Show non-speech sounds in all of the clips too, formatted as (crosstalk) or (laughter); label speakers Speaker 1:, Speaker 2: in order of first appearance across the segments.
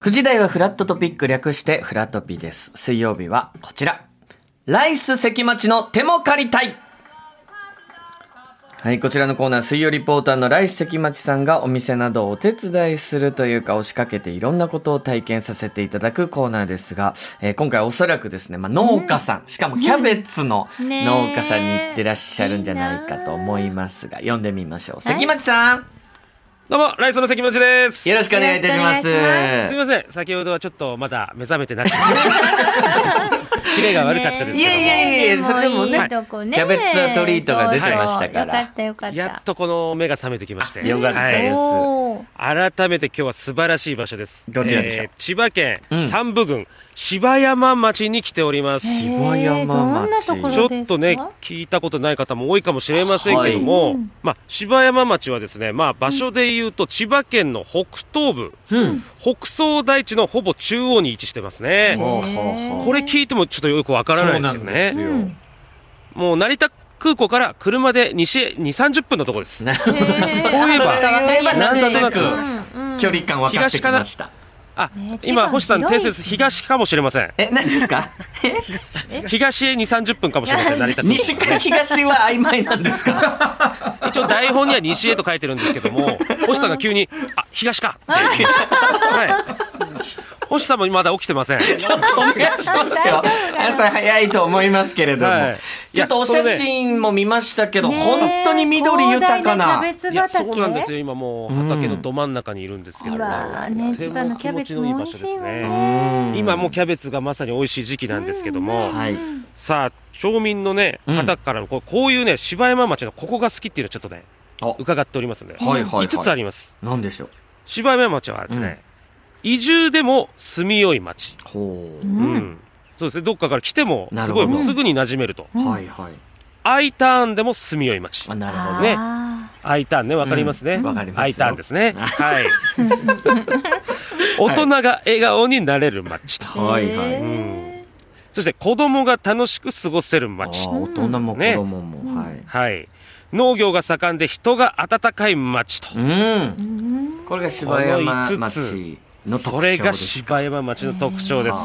Speaker 1: 9時台はフラットトピック略してフラトピです。水曜日はこちら。ライス関町の手も借りたいはい、こちらのコーナー、水曜リポーターのライス関町さんがお店などをお手伝いするというか、押しかけていろんなことを体験させていただくコーナーですが、えー、今回おそらくですね、まあ、農家さん、しかもキャベツの農家さんに行ってらっしゃるんじゃないかと思いますが、読んでみましょう。関町さん、
Speaker 2: どうも、ライスの関町です。
Speaker 1: よろしくお願いいたします。
Speaker 2: すみません、先ほどはちょっとまだ目覚めて
Speaker 1: (laughs)
Speaker 2: なくて。キレが悪かったです
Speaker 1: いやいやいや、それでもね、キャベツトリートが出てましたから。
Speaker 2: やっとこの目が覚めてきまして。
Speaker 1: よかったです。
Speaker 2: 改めて今日は素晴らしい場所です。
Speaker 1: どちらでしょう。
Speaker 2: 千葉県山武郡芝山町に来ております。
Speaker 1: 芝山
Speaker 2: 町。ちょっとね、聞いたことない方も多いかもしれませんけども、まあ、芝山町はですね、まあ、場所でいうと千葉県の北東部、うん、北総台地のほぼ中央に位置してますね。これ聞いてもちょっとよくわからないですよね。うもう成田空港から車で西へ2、30分のところです。
Speaker 1: なるほど。そういえば、なんとなく距離感分かってきました。
Speaker 2: あ、今星さん訂正東かもしれません。
Speaker 1: え、何です
Speaker 2: (laughs)
Speaker 1: か？
Speaker 2: 東へ二三十分かもしれません。成田
Speaker 1: 西か東は曖昧なんです
Speaker 2: (laughs)
Speaker 1: か？
Speaker 2: 一応台本には西へと書いてるんですけども、
Speaker 3: (laughs)
Speaker 2: 星さんが急にあ東か。はい。星さんもまだ起きてませ
Speaker 1: (laughs)
Speaker 2: ん。
Speaker 1: ちょっとお願いしますよ。朝早いと思いますけれども、ちょっとお写真も見ましたけど、本当に緑豊かな。
Speaker 2: そうなんですよ。今もう畑のど真ん中にいるんですけども。
Speaker 3: 千葉のキャベツも美味しいよ
Speaker 2: ね。今もキャベツがまさに美味しい時期なんですけども、さあ町民のね方からこうこういうね芝山町のここが好きっていうのをちょっとね伺っておりますので、五つあります。
Speaker 1: 何でしょう。
Speaker 2: 芝山町はですね。移住でも住みよい町。。
Speaker 1: う,うん
Speaker 2: そうですね。どっかから来ても、すごい、もうすぐに馴染めると。
Speaker 1: はいはい。
Speaker 2: I ターンでも住みよい町。
Speaker 1: あ、なるほど。
Speaker 2: ね。I ターンね、わかりますね。
Speaker 1: わ、かります。
Speaker 2: I ターンです
Speaker 1: (laughs)
Speaker 2: ね。はい。大人が笑顔になれる町と。
Speaker 1: はいはい。
Speaker 2: そして子供が楽しく過ごせる町。
Speaker 1: 大人も子供も。はい。
Speaker 2: はい。農業が盛んで人が温かい町と。
Speaker 1: うん。これが芝山町。
Speaker 2: それが芝山町の特徴です。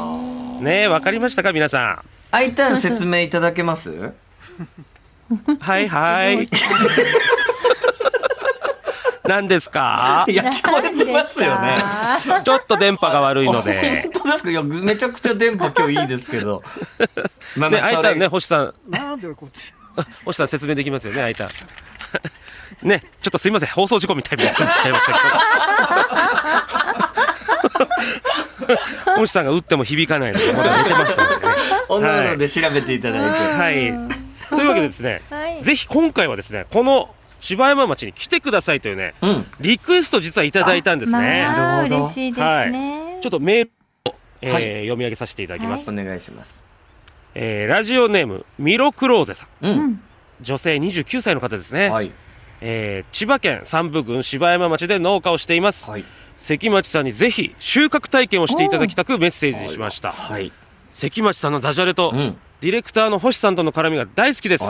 Speaker 2: ねわかりましたか、皆さん。
Speaker 1: あいたん説明いただけます
Speaker 2: はいはい。 (laughs) 何ですか
Speaker 1: いや、聞こえてますよね。
Speaker 2: ちょっと電波が悪い (laughs) ので。
Speaker 1: 本当ですかいや、めちゃくちゃ電波今日いいですけど。
Speaker 2: まあ、ね、あいたんね、星さん。星さん説明できますよね、あいたん。 (laughs) ね、ちょっとすいません、放送事故みたいになっちゃいましたけど。 (laughs) 星さんが打っても響かないので、まだ寝てますので、ね。
Speaker 1: おのおので調べていただいて。
Speaker 2: はい。というわけでですね、はい、ぜひ今回はですね、この芝山町に来てくださいというね、うん、リクエスト実はいただいたんですね。
Speaker 3: まあ、嬉しいですね、
Speaker 2: はい、ちょっとメールを、えー、はい、読み上げさせていただきます。
Speaker 1: お願いします。
Speaker 2: えー、ラジオネーム、ミロクローゼさん。うん、女性29歳の方ですね。はい、えー、千葉県山武郡芝山町で農家をしています。はい関町さんにぜひ収穫体験をしていただきたくメッセージしました、はい、関町さんのダジャレと、ディレクターの星さんとの絡みが大好きです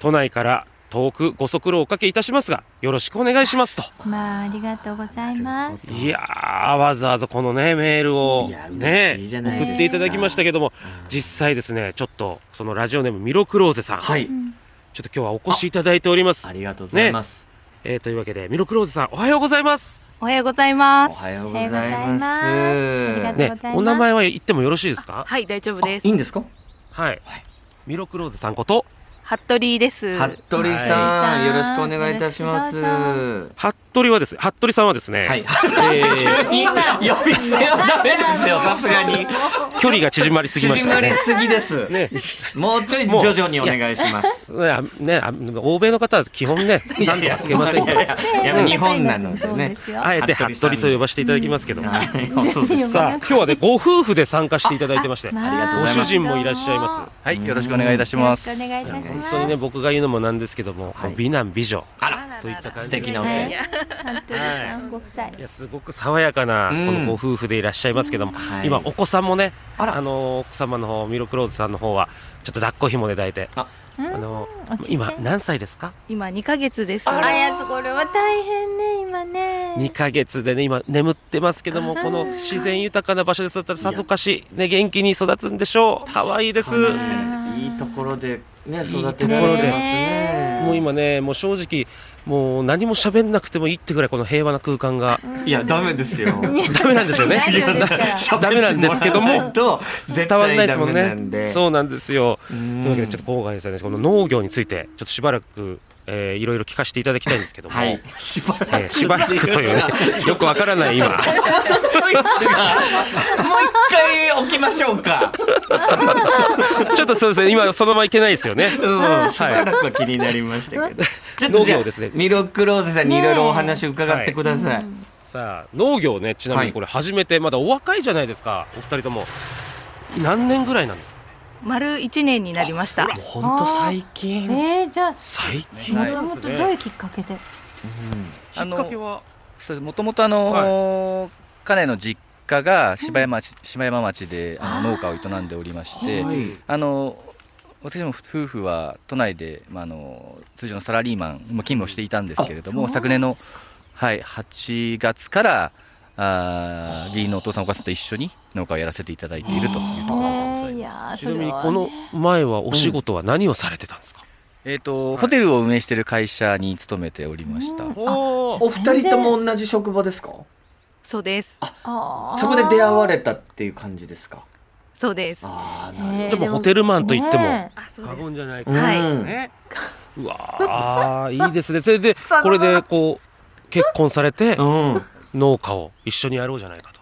Speaker 2: 都内から遠くご足労おかけいたしますがよろしくお願いしますと
Speaker 3: まあありがとうございます
Speaker 2: いやわざわざこのねメールをね送っていただきましたけども、実際ですねちょっとそのラジオネームミロクローゼさん、はい、ちょっと今日はお越しいただいております
Speaker 1: ありがとうございます、
Speaker 2: えというわけでミロクローゼさんおはようございます
Speaker 3: おはようございます。
Speaker 1: おはようございます。
Speaker 2: ね、お名前は言ってもよろしいですか。
Speaker 4: はい、大丈夫です。
Speaker 1: いいんですか。
Speaker 2: はい。ミロクローズさんこと。
Speaker 4: 服部です。
Speaker 1: 服部さん、よろしくお願いいたします。
Speaker 2: 服部はです、服部さんはですね。はい。
Speaker 1: 呼び捨てはダメですよ、さすがに。
Speaker 2: 距離が縮まりすぎました縮ま
Speaker 1: りすぎです。ね、もうちょい徐々にお願いします。
Speaker 2: ね、欧米の方は基本ね、三度はつけませんけど。
Speaker 1: 日本なのでね。
Speaker 2: あえて服部と呼ばせていただきますけど。さあ、今日はね、ご夫婦で参加していただいてまして。ご主人もいらっしゃいます。
Speaker 5: はい、よろしくお願いいたします。
Speaker 3: お願いします。
Speaker 2: 本当にね、僕が言うのもなんですけども、美男美女。
Speaker 1: あら。
Speaker 2: といった感じ
Speaker 1: 素敵なお二
Speaker 3: は
Speaker 1: 人
Speaker 3: い本当ですか
Speaker 2: は
Speaker 3: ご夫妻。
Speaker 2: いやすごく爽やかなこ
Speaker 1: うん
Speaker 2: のご夫婦でいらっしゃいますけども、
Speaker 1: はい
Speaker 2: 今お子さんもね
Speaker 1: あ
Speaker 2: あ
Speaker 1: ら
Speaker 2: の奥様の方ミロクローズさんの方はちょっと抱っこ紐で抱いて
Speaker 1: あ
Speaker 2: あの
Speaker 4: あちっちゃい
Speaker 2: 今何歳ですか
Speaker 4: 今2ヶ月です。
Speaker 1: あら
Speaker 3: あやつこれは大変ね今ね。
Speaker 2: 2ヶ月でね今眠ってますけども
Speaker 1: あ
Speaker 2: こ
Speaker 1: そ
Speaker 2: の
Speaker 1: う
Speaker 2: 自然豊かな場所で育ったらさぞかしね元気に育つんでしょう可愛いです
Speaker 1: ねいいところでね育てられてますね
Speaker 2: もう今ねもう正直もう何も喋んなくてもいいってぐらいこの平和な空間が
Speaker 1: いやダメですよ
Speaker 2: ダメなんですよね
Speaker 3: ラジオです
Speaker 2: (laughs)
Speaker 3: から。
Speaker 2: ダメなんですけども
Speaker 1: と絶
Speaker 2: 伝わら
Speaker 1: 対
Speaker 2: ないで
Speaker 1: ダ
Speaker 2: すも
Speaker 1: メ
Speaker 2: ん
Speaker 1: なんで
Speaker 2: ね。そうなんですよ。と
Speaker 1: ん
Speaker 2: いうわけで、ちょっと郊外さんです。この農業について、ちょっとしばらく、えーいろいろ聞かせていただきたいんですけども。
Speaker 1: はいしばら
Speaker 2: え
Speaker 1: く
Speaker 2: ーしばらくというね、よくわからな
Speaker 1: (laughs)
Speaker 2: い今。
Speaker 1: チョイスがもう一回置きましょうか
Speaker 2: ちょっとそうですね、今そのままいけないですよね。
Speaker 1: うん、しばらくは気になりましたけど。ちょっと
Speaker 2: 農業
Speaker 1: じゃあ
Speaker 2: ですね
Speaker 1: ミロクローズさんにいろいろお話伺ってください。
Speaker 2: さあ、農業ね、ちなみ
Speaker 1: は
Speaker 2: に
Speaker 1: い
Speaker 2: これ初めて、まだお若いじゃないですか、お二人とも。何年ぐらいなんですか
Speaker 4: 丸1年になりました。
Speaker 1: 本当最近。うん
Speaker 3: えー、じゃあ
Speaker 2: 最近
Speaker 3: も
Speaker 2: です
Speaker 3: と
Speaker 2: ね
Speaker 3: もとどういうきっかけで。
Speaker 2: きっかけは、
Speaker 5: そうもともとあのー家内の実家が芝山町、芝山町であの農家を営んでおりまして、
Speaker 1: はい
Speaker 5: あの私も夫婦は都内で、まあ、あの通常のサラリーマンも勤務をしていたんですけれども、昨年の、はい、8月からあー義理のお父さんお母さんと一緒に農家をやらせていただいているというところでございます。
Speaker 3: いやー
Speaker 2: ち
Speaker 3: そ
Speaker 2: な
Speaker 3: れはね
Speaker 2: みにこの前はお仕事は何をされてたんですか。
Speaker 5: えっ、と、ホテルを運営している会社に勤めておりました。
Speaker 2: おー
Speaker 1: お二人とも同じ職場ですか
Speaker 4: そうです。
Speaker 3: あー
Speaker 1: そこで出会われたっていう感じですか
Speaker 4: そうです。
Speaker 1: ああ、
Speaker 3: えー
Speaker 2: でもホテルマンと言っても
Speaker 3: ね
Speaker 4: あ、そ
Speaker 2: 過
Speaker 4: う
Speaker 2: 言
Speaker 4: で
Speaker 2: じゃない。
Speaker 4: んはい
Speaker 1: うん
Speaker 2: ね。うわあ、いいですね。そ
Speaker 3: (laughs)
Speaker 2: れで、これで、こう、結婚されて、
Speaker 1: うん。
Speaker 2: 農家を一緒にやろうじゃないかと。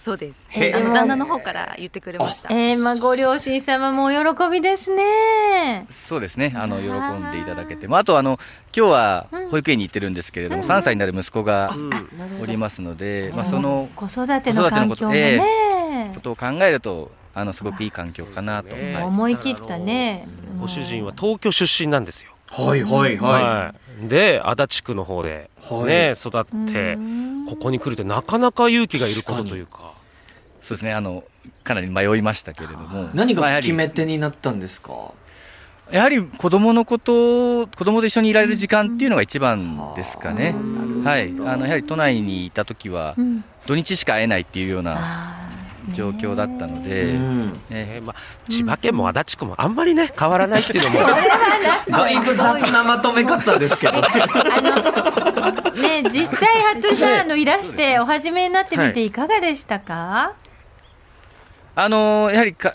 Speaker 4: す。そうです。
Speaker 1: へー
Speaker 4: あの旦那の方から言ってくれました。
Speaker 3: えー、まあご両親様もお喜びですね。
Speaker 5: そうですね、あの
Speaker 3: あ
Speaker 5: 喜
Speaker 3: ー
Speaker 5: んでいただけて、まあ、あとあの今日は
Speaker 3: うん
Speaker 5: 保育園に行ってるんですけれども、
Speaker 3: うん
Speaker 5: 3歳になる息子が
Speaker 2: うん
Speaker 5: おりますので、まあ、
Speaker 3: じゃ
Speaker 5: その
Speaker 3: 子育ての環境も
Speaker 5: 子育ての
Speaker 3: ね
Speaker 5: こ。とを考えると、あのすごくいい環境かなと、
Speaker 2: そうですね
Speaker 5: はい
Speaker 3: 思い切ったね。うん
Speaker 2: ご主人は東京出身なんですよ。。
Speaker 1: はいはいはい
Speaker 2: で、足立区の方で、
Speaker 1: はい
Speaker 2: ね、育って
Speaker 3: う、ん
Speaker 2: ここに来るってなかなか勇気がいることというか。
Speaker 5: そうですねあの、かなり迷いましたけれども、
Speaker 1: い。何
Speaker 5: まあや
Speaker 1: が
Speaker 5: はり
Speaker 1: 決め手になったんですか
Speaker 5: やはり子供のこと、子供と一緒にいられる時間っていうのが一番ですかね
Speaker 1: あ。ーな
Speaker 5: は
Speaker 1: る
Speaker 5: い
Speaker 1: ほ、ど
Speaker 5: あのやはり都内にいた時は
Speaker 3: うん
Speaker 5: 土日しか会えないっていうような
Speaker 3: あー
Speaker 5: 状況だったの
Speaker 3: ね
Speaker 5: で、
Speaker 1: うん
Speaker 5: ね
Speaker 2: ねまあ、千葉県も足立区もあんまりね、変わらないっていうのも。
Speaker 1: だいぶ雑なまとめ方で
Speaker 3: (laughs)
Speaker 1: すけど。
Speaker 3: ね実際服部さんあのいらしてお始めになってみ
Speaker 2: は
Speaker 3: ていかがでしたか、
Speaker 5: あのーやはりか、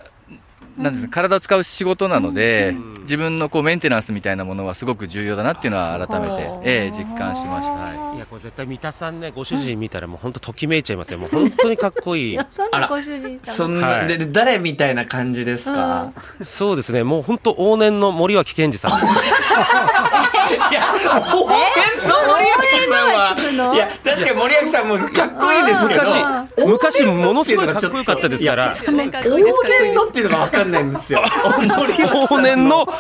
Speaker 5: なんですか、体を使う仕事なので、
Speaker 2: うん
Speaker 5: 自分のこうメンテナンスみたいなものはすごく重要だなっていうのは改めて
Speaker 3: そう、
Speaker 5: ええ実感しました。はい
Speaker 2: いや、これ絶対三田さんね、ご主人見たらもう本当ときめいちゃいますよ。もう本当にかっ
Speaker 3: (laughs)
Speaker 2: こいい。
Speaker 3: そん
Speaker 1: あら
Speaker 3: なご主人
Speaker 1: そ
Speaker 3: 様
Speaker 1: んな、で誰みたいな感じですか
Speaker 2: そうですね、もう本当往年の森脇健児さん。
Speaker 1: いや、応援の森脇さんは、いや、確かに森脇さんもかっこいいですけど、
Speaker 2: 昔
Speaker 1: 往、
Speaker 2: 昔ものすごいかっこよかったですから、
Speaker 4: す。なんかかっこいいですかっこいい
Speaker 1: 年のっていうのがわかんないんです
Speaker 2: (laughs)
Speaker 1: よ。森脇さん
Speaker 2: 往年の、 (laughs)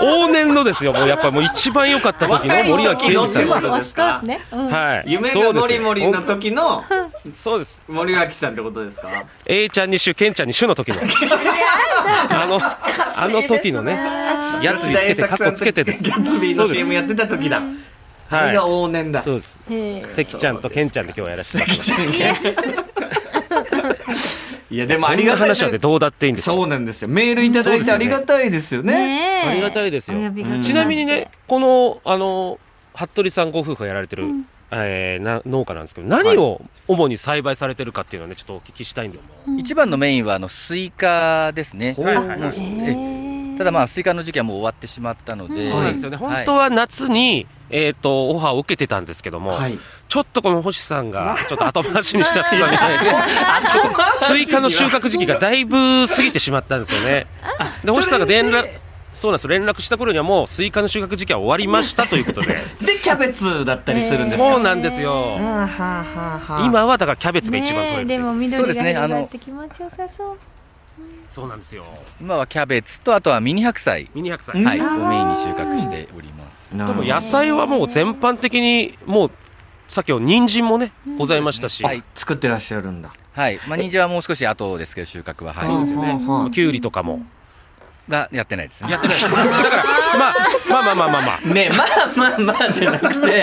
Speaker 2: 往年のですよ、もうやっぱもう一番良かった時の森脇健児さん。
Speaker 1: 若い時のってこ
Speaker 2: は
Speaker 1: とですか
Speaker 3: あそうですね、うん
Speaker 2: い。
Speaker 1: 夢がモリモリの
Speaker 2: そうです
Speaker 1: 時の
Speaker 2: よ。そうです。
Speaker 1: 森脇さんってことですか
Speaker 2: A ちゃんに主、健ちゃんに主の時の。あの、あの時のね、やつにつけて、カッコつけてです。
Speaker 1: ガッツビー
Speaker 2: そ
Speaker 1: の
Speaker 2: うです。
Speaker 1: CM やってた時だ。あ
Speaker 2: は
Speaker 1: れ
Speaker 2: い
Speaker 1: が。往年だ。
Speaker 2: そうです。
Speaker 3: えー
Speaker 2: 関ちゃんと健ちゃんで今日はやらせてもらってます。
Speaker 1: いや、でもあ
Speaker 2: あ
Speaker 1: り
Speaker 2: り
Speaker 1: が
Speaker 2: が
Speaker 1: たいで
Speaker 2: 話
Speaker 1: す
Speaker 2: は
Speaker 1: よ
Speaker 2: ね、。どうだっていいんですよ
Speaker 1: そうなんですよ。メールいただいてありがたいですよね。
Speaker 3: ねえ
Speaker 2: ありがたいですよ
Speaker 3: お呼びが
Speaker 1: うん
Speaker 2: ちなみにね、この、あの、服部さんご夫婦がやられてる、えーな農家なんですけど、何を主に栽培されてるかっていうのをね、ちょっとお聞きしたいんで。
Speaker 5: 一番のメインはあのスイカですね。
Speaker 1: ほう
Speaker 5: はい
Speaker 2: はい
Speaker 3: え
Speaker 5: ええ
Speaker 3: ー
Speaker 5: ただまあスイカの時期はもう終わってしまったので、
Speaker 2: そうなんですよね。
Speaker 5: はい
Speaker 2: 本当は夏に、えっ、と、オファーを受けてたんですけども、
Speaker 1: はい。
Speaker 2: ちょっとこの星さんが、ちょっと後回しにしちゃったみたいで、ちょっと (laughs) スイカの収穫時期がだいぶ過ぎてしまったんですよね。で、星さんが連絡、そうなんですよ連絡した頃にはもうスイカの収穫時期は終わりましたということで。
Speaker 1: で、キャベツだったりするんです
Speaker 2: そ
Speaker 1: か
Speaker 2: うなんですよ。
Speaker 1: はあはあはあはあ
Speaker 2: 今はだからキャベツが一番取
Speaker 3: ね
Speaker 2: れ
Speaker 3: え
Speaker 2: る
Speaker 3: でも緑
Speaker 5: そうで
Speaker 3: が
Speaker 5: すね
Speaker 3: 広
Speaker 5: あの
Speaker 3: がって気持ちよさそう
Speaker 2: そうなんですよ。
Speaker 5: 今はキャベツとあとはミニ白菜
Speaker 2: ミニ白菜。
Speaker 5: はい
Speaker 1: うん
Speaker 5: をメインに収穫しております
Speaker 1: な
Speaker 2: で
Speaker 1: るほ
Speaker 2: も
Speaker 1: ど
Speaker 2: 野菜はもう全般的に、もう、さっきの人参もね、ございましたし、
Speaker 5: はい
Speaker 1: 作ってらっしゃるんだ。
Speaker 5: はいまあ人参はもう少し後ですけど収穫ははい
Speaker 2: そうですよね
Speaker 1: ほうほうほう。
Speaker 2: きゅうりとかも。
Speaker 5: がやってないですね
Speaker 2: やってない。だから、まあ、まあまあまあまあまあ。
Speaker 1: ねえ、まあまあまあじゃなくて、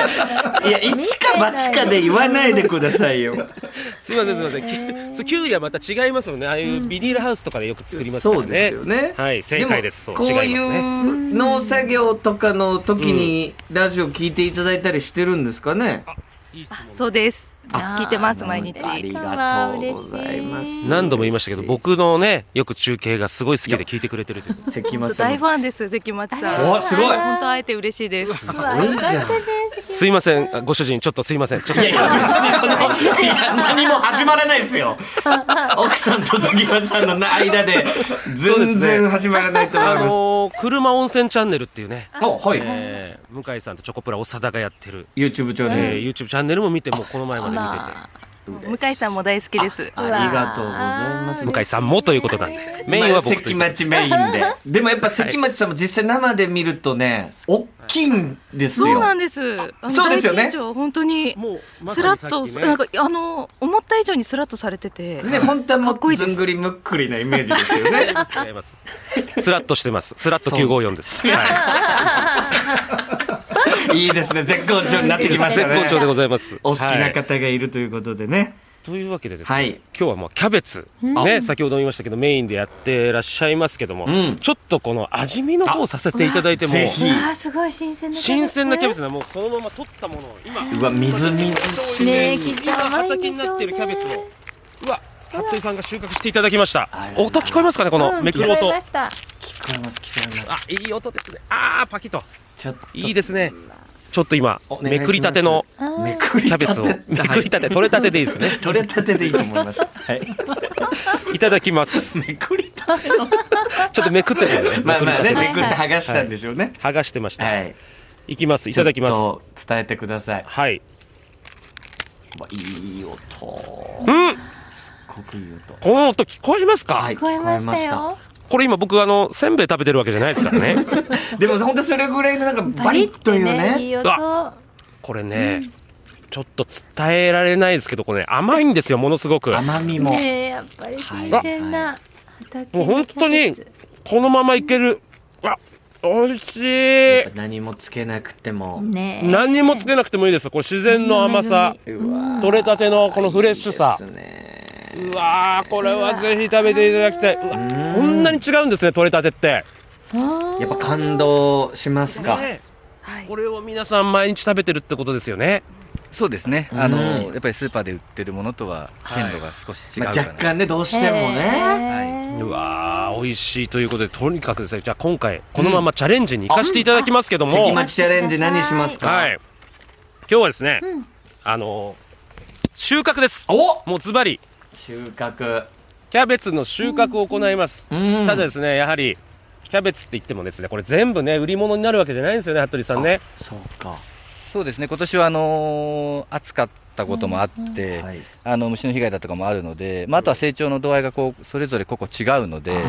Speaker 1: いや、一か八かで言わないでください
Speaker 2: (laughs)
Speaker 1: よ。
Speaker 2: すみません、すみませんき。そうきゅうりはまた違いますもんね。ああいうビニールハウスとかでよく作りますからね。
Speaker 1: そうですよね。
Speaker 2: はい正解です
Speaker 1: も
Speaker 2: そ
Speaker 1: こ
Speaker 2: う
Speaker 1: う
Speaker 2: 違いますね
Speaker 1: いう農作業とかの時にラジオ聞いていただいたりしてるんですかね。
Speaker 2: いい質問
Speaker 4: そうです。
Speaker 1: あ
Speaker 4: 聞いてます、毎日。
Speaker 1: ありがとうございます。
Speaker 2: 何度も言いましたけど、僕のね、よく中継がすごい好きで聞いてくれてるという。
Speaker 1: 関
Speaker 4: 本当
Speaker 1: 松さ
Speaker 4: 大
Speaker 1: ん
Speaker 4: フ。ァンです、関松さん。
Speaker 1: おすごい
Speaker 4: 本当会えて嬉しいです。
Speaker 3: うわ、よかったです。
Speaker 2: すいません、あご主人、ちょっとすいません。ちょっと
Speaker 1: いやいや、別にその、いや、何も始まらないです
Speaker 4: (laughs)
Speaker 1: よ。奥さんと関松さんの間で、全然始まらないと思い
Speaker 2: あ
Speaker 1: ます。
Speaker 2: のー車温泉チャンネルっていうね、
Speaker 1: あはい、
Speaker 2: えー向井さんとチョコプラ長田がやってる、
Speaker 1: YouTube チャンネ
Speaker 2: え
Speaker 1: ル
Speaker 2: ー YouTube チャンネルも見て、もうこの前まで見てて。
Speaker 4: 向井さんも大好きです。
Speaker 1: ありがとうございます
Speaker 2: 向井さんもということなんで、メインは僕と
Speaker 1: 関
Speaker 2: 言って
Speaker 1: 町メインででもやっぱ関町さんも実際生で見るとね大きいんです
Speaker 4: そう
Speaker 1: よ、
Speaker 4: なんです。あの
Speaker 1: そうですよね
Speaker 4: 第一印象本当に。
Speaker 2: もう、ますさ
Speaker 4: らっ
Speaker 2: にさっ
Speaker 4: と、
Speaker 2: き
Speaker 4: なん
Speaker 2: ね
Speaker 4: か、あの、思った以上にすらっとされてて。
Speaker 1: ね本当はも
Speaker 4: かっこいういで
Speaker 1: ず
Speaker 4: す
Speaker 1: んぐりむっくりなイメージですよね
Speaker 2: 違います。 (laughs) スラッとしてます。スラッと954で
Speaker 1: (laughs)
Speaker 2: す。はい
Speaker 4: (laughs)
Speaker 1: いいですね絶好調になってきまし
Speaker 2: 絶
Speaker 1: たね
Speaker 2: 好調でございます。
Speaker 1: お好きな
Speaker 2: はい
Speaker 1: 方がいるということでね、
Speaker 2: というわけでですね、
Speaker 1: はい
Speaker 2: 今日はもうキャベツ、ね、先ほども言いましたけど、メインでやってらっしゃいますけども、
Speaker 1: ん
Speaker 2: ちょっとこの味見の方をさせていただいても、
Speaker 1: ぜひ
Speaker 3: あ、すごい新鮮な。
Speaker 2: 新鮮なキャベツなもうそのまま取ったものを今、
Speaker 1: うわみずみずしい
Speaker 3: ねえ、きっ
Speaker 2: 今
Speaker 3: と甘いん
Speaker 2: 畑
Speaker 3: で
Speaker 2: に
Speaker 3: し
Speaker 2: な
Speaker 3: ょ
Speaker 2: っ
Speaker 3: う
Speaker 2: ているキャベツ
Speaker 3: ね
Speaker 2: を。、うわ、服井さんが収穫していただきました
Speaker 1: あら。ら
Speaker 2: 音聞こえますかね、このめくる
Speaker 3: うん聞こ
Speaker 2: 音。
Speaker 3: えま
Speaker 2: あ、
Speaker 3: した
Speaker 1: 聞こえます聞こえます
Speaker 2: いい音ですね。あー、パキッと。
Speaker 1: ちょっと
Speaker 2: いいですね。ちょっと今
Speaker 1: お、願いし
Speaker 2: め
Speaker 1: ます
Speaker 2: くりたての
Speaker 3: うん
Speaker 1: めくり
Speaker 2: キ
Speaker 1: た
Speaker 2: ャベ
Speaker 1: て
Speaker 2: ツを、めくりたて、取れたてでいいです
Speaker 1: (laughs)
Speaker 2: ね。
Speaker 1: 取れたてでいいと思いますはい
Speaker 2: いただきま
Speaker 1: (laughs)
Speaker 2: す。
Speaker 1: めくりたての
Speaker 2: ちょっとめくってるので、
Speaker 1: まあまあね
Speaker 2: めくりたて
Speaker 1: めくって剥がしたんでしょうね
Speaker 2: 剥がしてました。
Speaker 1: はい、
Speaker 2: いきます。いただきま
Speaker 1: ち
Speaker 2: す。
Speaker 1: ょっと伝えてください
Speaker 2: はい。
Speaker 1: わいい音
Speaker 2: うん
Speaker 1: 濃くいい音
Speaker 2: この音聞こえますか、
Speaker 1: はい
Speaker 3: 聞こえましたよ。
Speaker 2: これ今僕あの、せんべい食べてるわけじゃないですか
Speaker 1: (laughs)
Speaker 2: らね。
Speaker 1: でも本当それぐらいのなんかバリッという
Speaker 3: い
Speaker 1: ね
Speaker 3: い音。
Speaker 2: あこれね、ちょっと伝えられないですけど、これ、ね、甘いんですよ、ものすごく。
Speaker 1: 甘みも、
Speaker 3: ねえ、やっぱり新鮮な畑
Speaker 2: もう
Speaker 3: のキャベツ。
Speaker 2: 本当に、このままいける。あ、美味し
Speaker 1: やっ
Speaker 2: い
Speaker 1: ぱ。何もつけなくても、
Speaker 3: ねえ。
Speaker 2: 何もつけなくてもいいですよ。これ自然の甘さ。
Speaker 1: うわ
Speaker 2: 取れたてのこのフレッシュさ
Speaker 1: いいですね
Speaker 2: うわー、これはぜひ食べていただきたい。うわこんなに違うんですね、取れたてって。
Speaker 3: あ
Speaker 1: やっぱ感動しますか、
Speaker 2: ね
Speaker 4: はい
Speaker 2: これを皆さん毎日食べてるってことですよね。
Speaker 5: そうですねあの
Speaker 1: うん
Speaker 5: やっぱりスーパーで売ってるものとは鮮度が少し違う
Speaker 1: まあ、
Speaker 5: かな
Speaker 1: 若干ねどうし
Speaker 3: ー
Speaker 1: てもね、
Speaker 3: へー
Speaker 2: うわー、美味しいということで、とにかくですね、じゃあ今回、このままチャレンジに行かせていただきますけども、
Speaker 1: 関町チャレンジ何しますか、
Speaker 2: はい。今日はですね、あのー収穫です。
Speaker 1: お
Speaker 2: もうズバリ、
Speaker 1: 収穫
Speaker 2: キャベツの収穫を行います。
Speaker 1: うん
Speaker 2: ただですね、やはり、キャベツって言ってもですね、これ全部ね、売り物になるわけじゃないんですよね、服部さんね。
Speaker 1: そうか
Speaker 5: そうですね今年はあのー暑かったこともあって、
Speaker 1: はい
Speaker 5: あの虫の被害だとかもあるので、まあ、あとは成長の度合いがこうそれぞれ個々違うので、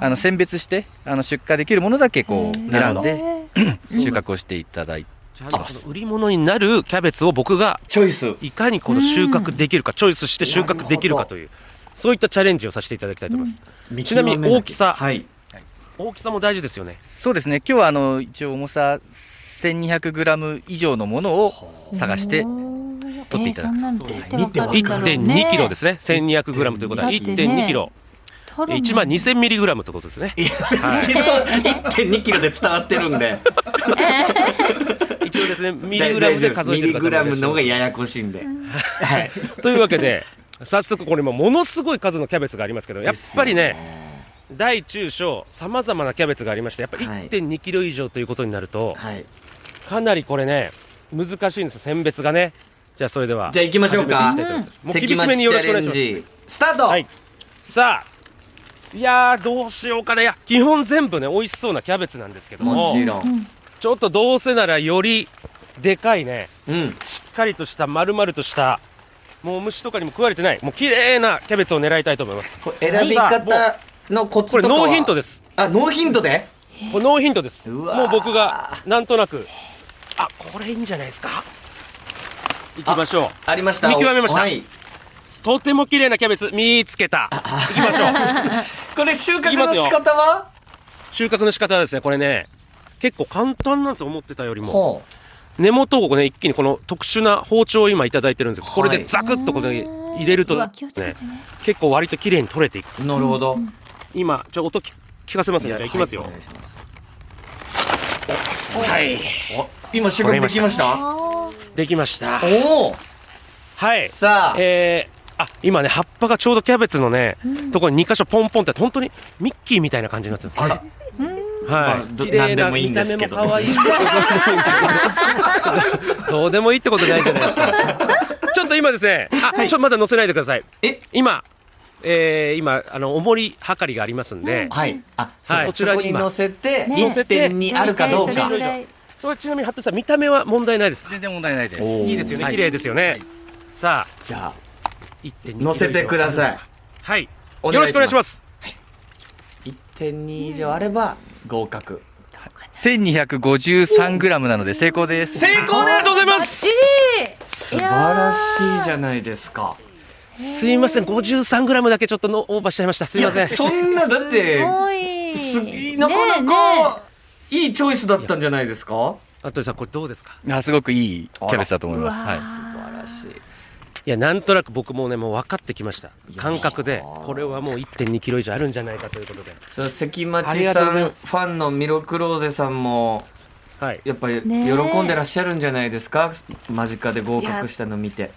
Speaker 5: あの選別してあの出荷できるものだけこう
Speaker 1: なる
Speaker 5: 選
Speaker 1: ほ
Speaker 5: ん
Speaker 1: ど
Speaker 5: で収穫をしていただいて、
Speaker 2: じゃあ、この売り物になるキャベツを僕が、
Speaker 1: チョイス
Speaker 2: いかにこの収穫できるか、チョイスして収穫できるかという、そういったチャレンジをさせていただきたいと思います。ちなみに大きさ
Speaker 1: はい
Speaker 2: 大きさも大事ですよね。
Speaker 5: そうですね今日はあの一応重さ1200グラム以上のものを探して取っていただく
Speaker 3: えーそんなのどうやってわかるんだろうね
Speaker 2: 1.2キロですね。1200グラムということは1.2キロ。
Speaker 3: 取るの
Speaker 2: 1万2000ミリグラムということですね。
Speaker 1: 1.2キロで伝わってるんで
Speaker 2: 一応ですね、ミリグラムで数えてる
Speaker 1: ミリ
Speaker 2: 方も
Speaker 1: グ
Speaker 2: いら
Speaker 1: ラ
Speaker 2: っしゃ
Speaker 1: ム
Speaker 2: い
Speaker 1: の方
Speaker 2: ま
Speaker 1: が
Speaker 2: す
Speaker 1: ややこしいんで、はい
Speaker 2: というわけで、早速これもものすごい数のキャベツがありますけど、やっぱりね、大中小、さまざまなキャベツがありまして、やっぱ
Speaker 1: はい
Speaker 2: 1.2キロ以上ということになると、
Speaker 1: はい
Speaker 2: かなりこれね、難しいんですよ、選別がね。じゃあそれでは。
Speaker 1: じゃあ行きましょうか
Speaker 2: 始めていきたいと思いますもう
Speaker 1: 関
Speaker 2: 厳しめによろしくお願いし
Speaker 1: 町
Speaker 2: ま
Speaker 1: チ
Speaker 2: す。
Speaker 1: ャレンジスタート、
Speaker 2: はい。さあ、いやー、どうしようかな。いや、基本全部ね、美味しそうなキャベツなんですけど
Speaker 1: も
Speaker 2: も。
Speaker 1: ちろん、
Speaker 2: ちょっとどうせならよりでかいね、
Speaker 1: うん、
Speaker 2: しっかりとした丸々とした、もう虫とかにも食われてない、もう綺麗なキャベツを狙いたいと思います。
Speaker 1: これ選び方のコツ
Speaker 2: ことれ
Speaker 1: かは
Speaker 2: ノーヒントです。
Speaker 1: あノーヒントで
Speaker 2: これノーヒントです。
Speaker 1: う
Speaker 2: も
Speaker 1: わー
Speaker 2: う僕が、なんとなく、あ、これいいんじゃないですか行きましょう。
Speaker 1: ありました
Speaker 2: 見極めました
Speaker 1: はい
Speaker 2: とても綺麗なキャベツ見つけた。行きましょう。
Speaker 1: これ収
Speaker 2: い
Speaker 1: 穫
Speaker 2: きま
Speaker 1: の
Speaker 2: すよ
Speaker 1: 仕方は
Speaker 2: 収穫の仕方はですね、これね、結構簡単なんですよ、思ってたよりも。
Speaker 1: ほ
Speaker 2: 根元をね、一気にこの特殊な包丁を今いただいてるんです。これ
Speaker 1: は
Speaker 2: で
Speaker 1: い
Speaker 2: ザクッとこれ入れると、
Speaker 3: うわ
Speaker 2: ね、
Speaker 3: 気をつけてね。
Speaker 2: 結構割と綺麗に取れていく。
Speaker 1: うなるほど
Speaker 2: 今、ちょ、音き聞かせます
Speaker 1: い
Speaker 2: ね。
Speaker 1: や
Speaker 2: じゃあ行きますよ
Speaker 1: はいお。願いします
Speaker 2: はい。
Speaker 1: お今収穫できました
Speaker 2: できました。
Speaker 1: おお
Speaker 2: はい。
Speaker 1: さあ
Speaker 2: えー、あ、今ね、葉っぱがちょうどキャベツのね、ところに2箇所ポンポンって、本当にミッキーみたいな感じになってるんですね。
Speaker 1: あらま
Speaker 2: は
Speaker 1: あ
Speaker 2: い。
Speaker 1: ど
Speaker 2: 綺麗
Speaker 1: なんでもいいんですけど
Speaker 2: 見た目も可愛いどうでもいいってことないじゃないですか。
Speaker 1: (laughs)
Speaker 2: ちょっと今ですね、あ、ちょっとまだ載せないでください。
Speaker 1: え
Speaker 2: 今、えー、今、あの、重りはかりがありますんで、
Speaker 1: はいあそ
Speaker 2: はい
Speaker 1: こ
Speaker 2: こ
Speaker 1: そ
Speaker 2: ち
Speaker 1: こ
Speaker 2: らに
Speaker 1: に
Speaker 2: 今
Speaker 1: 乗せて
Speaker 3: ね
Speaker 1: 1.2あるかどう
Speaker 3: 大体
Speaker 1: か
Speaker 3: それぐらい
Speaker 2: それはちなみに、服部さん、見た目は問題ないですか
Speaker 5: 全然問題ないです。
Speaker 2: いいですよね、
Speaker 5: はい
Speaker 2: 綺麗ですよね。
Speaker 5: はい
Speaker 2: さあ、
Speaker 1: じゃあ
Speaker 2: 1.2
Speaker 1: 乗せてください
Speaker 2: はい。
Speaker 1: お
Speaker 2: よ
Speaker 1: 願
Speaker 2: ろ
Speaker 1: い
Speaker 2: し
Speaker 1: します
Speaker 2: くお願いします。
Speaker 1: 1.2以上あれば合格
Speaker 5: 1253グラムなので成功です。
Speaker 1: 成功で
Speaker 2: ありがとうございます。
Speaker 1: す素晴らしいじゃないですか
Speaker 2: すいません、53グラムだけちょっとのオーバーしちゃいました。すいません。
Speaker 1: そんなだって
Speaker 3: 多い。
Speaker 1: す
Speaker 3: ねえ
Speaker 1: なかなか
Speaker 3: ね
Speaker 1: いいチョイスだったんじゃないですか
Speaker 2: あとさん、これどうですか
Speaker 5: あすごくいいキャベツだと思います。はい。
Speaker 1: 素晴らしい
Speaker 2: いや、なんとなく僕もね、もう分かってきました
Speaker 1: い。や
Speaker 2: 感覚で
Speaker 1: あー、
Speaker 2: これはもう1.2キロ以上あるんじゃないかということで。
Speaker 1: その関
Speaker 2: あ
Speaker 1: 町
Speaker 2: りが
Speaker 1: さ
Speaker 2: とうござい
Speaker 1: ん
Speaker 2: ま
Speaker 1: ファンのミロクローゼさんも
Speaker 2: はい。
Speaker 1: やっぱり喜
Speaker 3: ねえ
Speaker 1: んでらっしゃるんじゃないですか間近で合格したの見て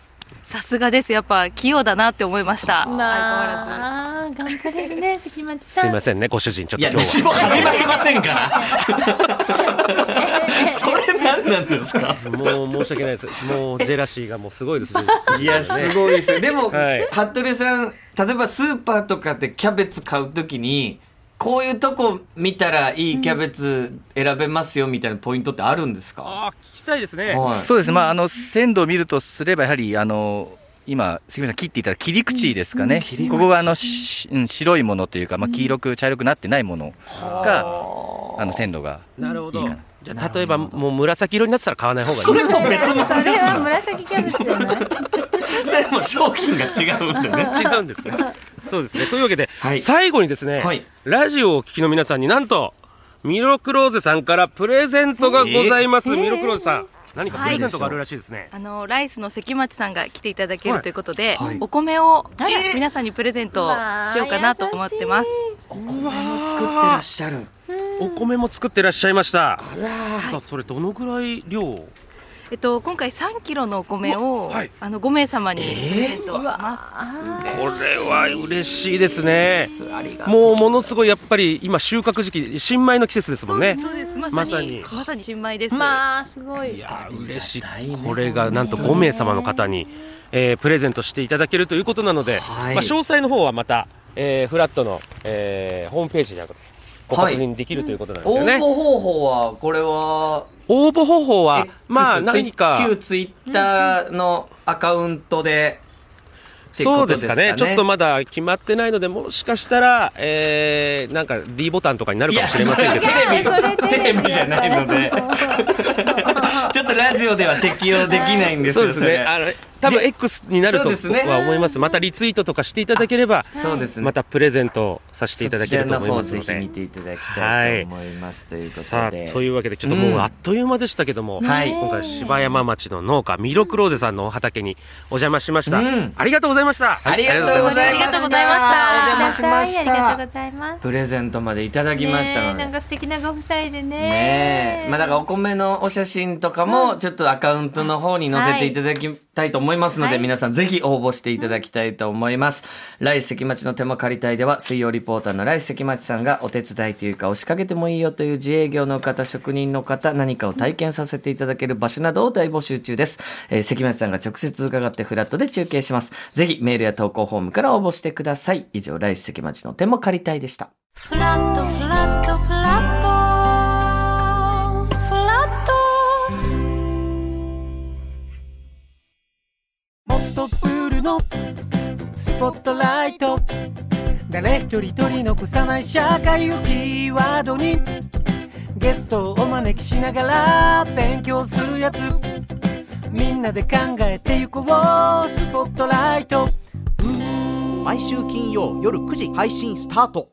Speaker 4: さすがです。やっぱ器用だなって思いました。相変わらず。
Speaker 3: まあ、頑張れるね、関町さん。
Speaker 2: すいませんね、ご主人、ちょっ
Speaker 1: い
Speaker 2: と
Speaker 1: や
Speaker 2: 今
Speaker 1: 何
Speaker 2: 日は。
Speaker 1: も始まりませんから (laughs) それ何なんですか
Speaker 2: もう申し訳ないです。もうジェラシーがもうすごい
Speaker 1: (laughs)
Speaker 2: です。
Speaker 1: いや、すごいですよ。でも、
Speaker 2: はい
Speaker 1: 服部さん、例えばスーパーとかでキャベツ買うときに、こういうとこ見たらいいキャベツ選べますよみたいなポイントってあるんですか、
Speaker 2: ああ、聞きたいですね。
Speaker 1: はい。
Speaker 5: そうですね、まあ、あの鮮度を見るとすれば、やはりあの今、杉村さん、切っていただいた切り口ですかね、
Speaker 1: り口
Speaker 5: ここがあの、しうん、白いものというか、まあ、黄色く、茶色くなってないものが、あの鮮度が、
Speaker 2: なるほ
Speaker 5: い
Speaker 2: ど
Speaker 5: いかな。
Speaker 2: じゃあ、例えばもう紫色になってたら買わない方がいい。
Speaker 1: それも別物
Speaker 3: こ
Speaker 1: で
Speaker 3: れ
Speaker 1: す
Speaker 3: は
Speaker 1: な。
Speaker 3: 紫キャベツじゃない。
Speaker 1: それも商品が違うんでね。
Speaker 2: (laughs) 違うんですね。そうですね。というわけで、
Speaker 1: はい
Speaker 2: 最後にですね、
Speaker 1: はい
Speaker 2: ラジオをお聞きの皆さんになんと、ミロクローゼさんからプレゼントがございます。
Speaker 3: えー
Speaker 2: ミロクローゼさん、何かプレゼント
Speaker 1: はい
Speaker 2: があるらしいですね。
Speaker 4: あのライスの関町さんが来ていただけ
Speaker 2: は
Speaker 4: る
Speaker 2: い
Speaker 4: ということで、
Speaker 1: はい
Speaker 4: お米を皆さんにプレゼントしようかなと思ってます。
Speaker 1: お米も作ってらっしゃる。
Speaker 2: お米も作ってらっしゃいました。さあそれどのぐらい量を
Speaker 4: えっと今回3キロのお米を、
Speaker 2: はい
Speaker 4: あの5名様にプレゼントします。
Speaker 3: あ
Speaker 2: これは嬉しいですね。
Speaker 1: ありがとう。
Speaker 2: もうものすごいやっぱり今収穫時期、新米の季節ですもんね。
Speaker 4: そうです。
Speaker 2: ま
Speaker 4: ま
Speaker 2: さ
Speaker 4: さ
Speaker 2: に
Speaker 4: にまさに新米です。
Speaker 3: ーまあ、すご
Speaker 2: い
Speaker 3: い。
Speaker 2: やー嬉しい
Speaker 1: ありがたいね
Speaker 2: これがなんと5名様の方に、えープレゼントしていただけるということなので、
Speaker 1: はい
Speaker 2: まあ、詳細の方はまた、えーフラットの、えーホームページなどでご確認できるということなんです
Speaker 1: 応
Speaker 2: よね、
Speaker 1: 募方法は、これは、
Speaker 2: 応募方法は
Speaker 1: X
Speaker 2: まあ何か
Speaker 1: 旧ツイッターのアカウントで、ってこ
Speaker 2: そ
Speaker 1: と
Speaker 2: うですかねちょっとまだ決まってないのでもしかしたら、えーなんか D ボタンとかになるかもしれませんけど
Speaker 1: いや
Speaker 3: いやそれ
Speaker 1: テレビじゃないので (laughs) ちょっとラジオでは適用できないんです
Speaker 2: そう
Speaker 1: よ
Speaker 2: ですね
Speaker 1: れ
Speaker 2: あの多分
Speaker 1: で
Speaker 2: X になると
Speaker 1: そうですね
Speaker 2: は思いますまたリツイートとかしていただければ
Speaker 1: そうですね
Speaker 2: またプレゼントさせていただけると思いま
Speaker 1: そ
Speaker 2: す
Speaker 1: ちら
Speaker 2: の
Speaker 1: の方ぜひ
Speaker 2: で
Speaker 1: 見ていただきたいと思います、ということで
Speaker 2: さあというわけでちょっと
Speaker 1: う
Speaker 2: もうんあっという間でしたけども、
Speaker 1: はい
Speaker 2: 今回芝山町の農家ミロクローゼさんのお畑にお邪魔しました、
Speaker 1: うん
Speaker 2: ありがとうございました、
Speaker 1: ありがとうございま
Speaker 4: ありがとう
Speaker 1: し
Speaker 4: ございま
Speaker 1: た
Speaker 4: した
Speaker 1: お邪魔しまし
Speaker 3: ありがとう
Speaker 1: た
Speaker 3: ございます。
Speaker 1: プレゼントまでいただきましたの
Speaker 3: ねえ
Speaker 1: で
Speaker 3: なんか素敵なご夫妻でね。
Speaker 1: ねえまあだからお米のお写真とかもちょっとアカウントの方に載せていただきたいと思いますので、
Speaker 3: はい
Speaker 1: 皆さんぜひ応募していただきたいと思います。来世関町の手も借りたいでは水曜リポーターの来世関町さんがお手伝いというか押しかけてもいいよという自営業の方、職人の方、何かを体験させていただける場所などを大募集中です。えー関町さんが直接伺ってフラットで中継します。ぜひメールや投稿フォームから応募してください。以上来世関町の手も借りたいでした。
Speaker 3: フラットフラットフラットフラット
Speaker 6: もっとプールのスポットライト誰一人取り残さない社会をキーワードにゲストをお招きしながら勉強するやつみんなで考えてゆこうスポットライト
Speaker 7: 毎週金曜夜9時配信スタート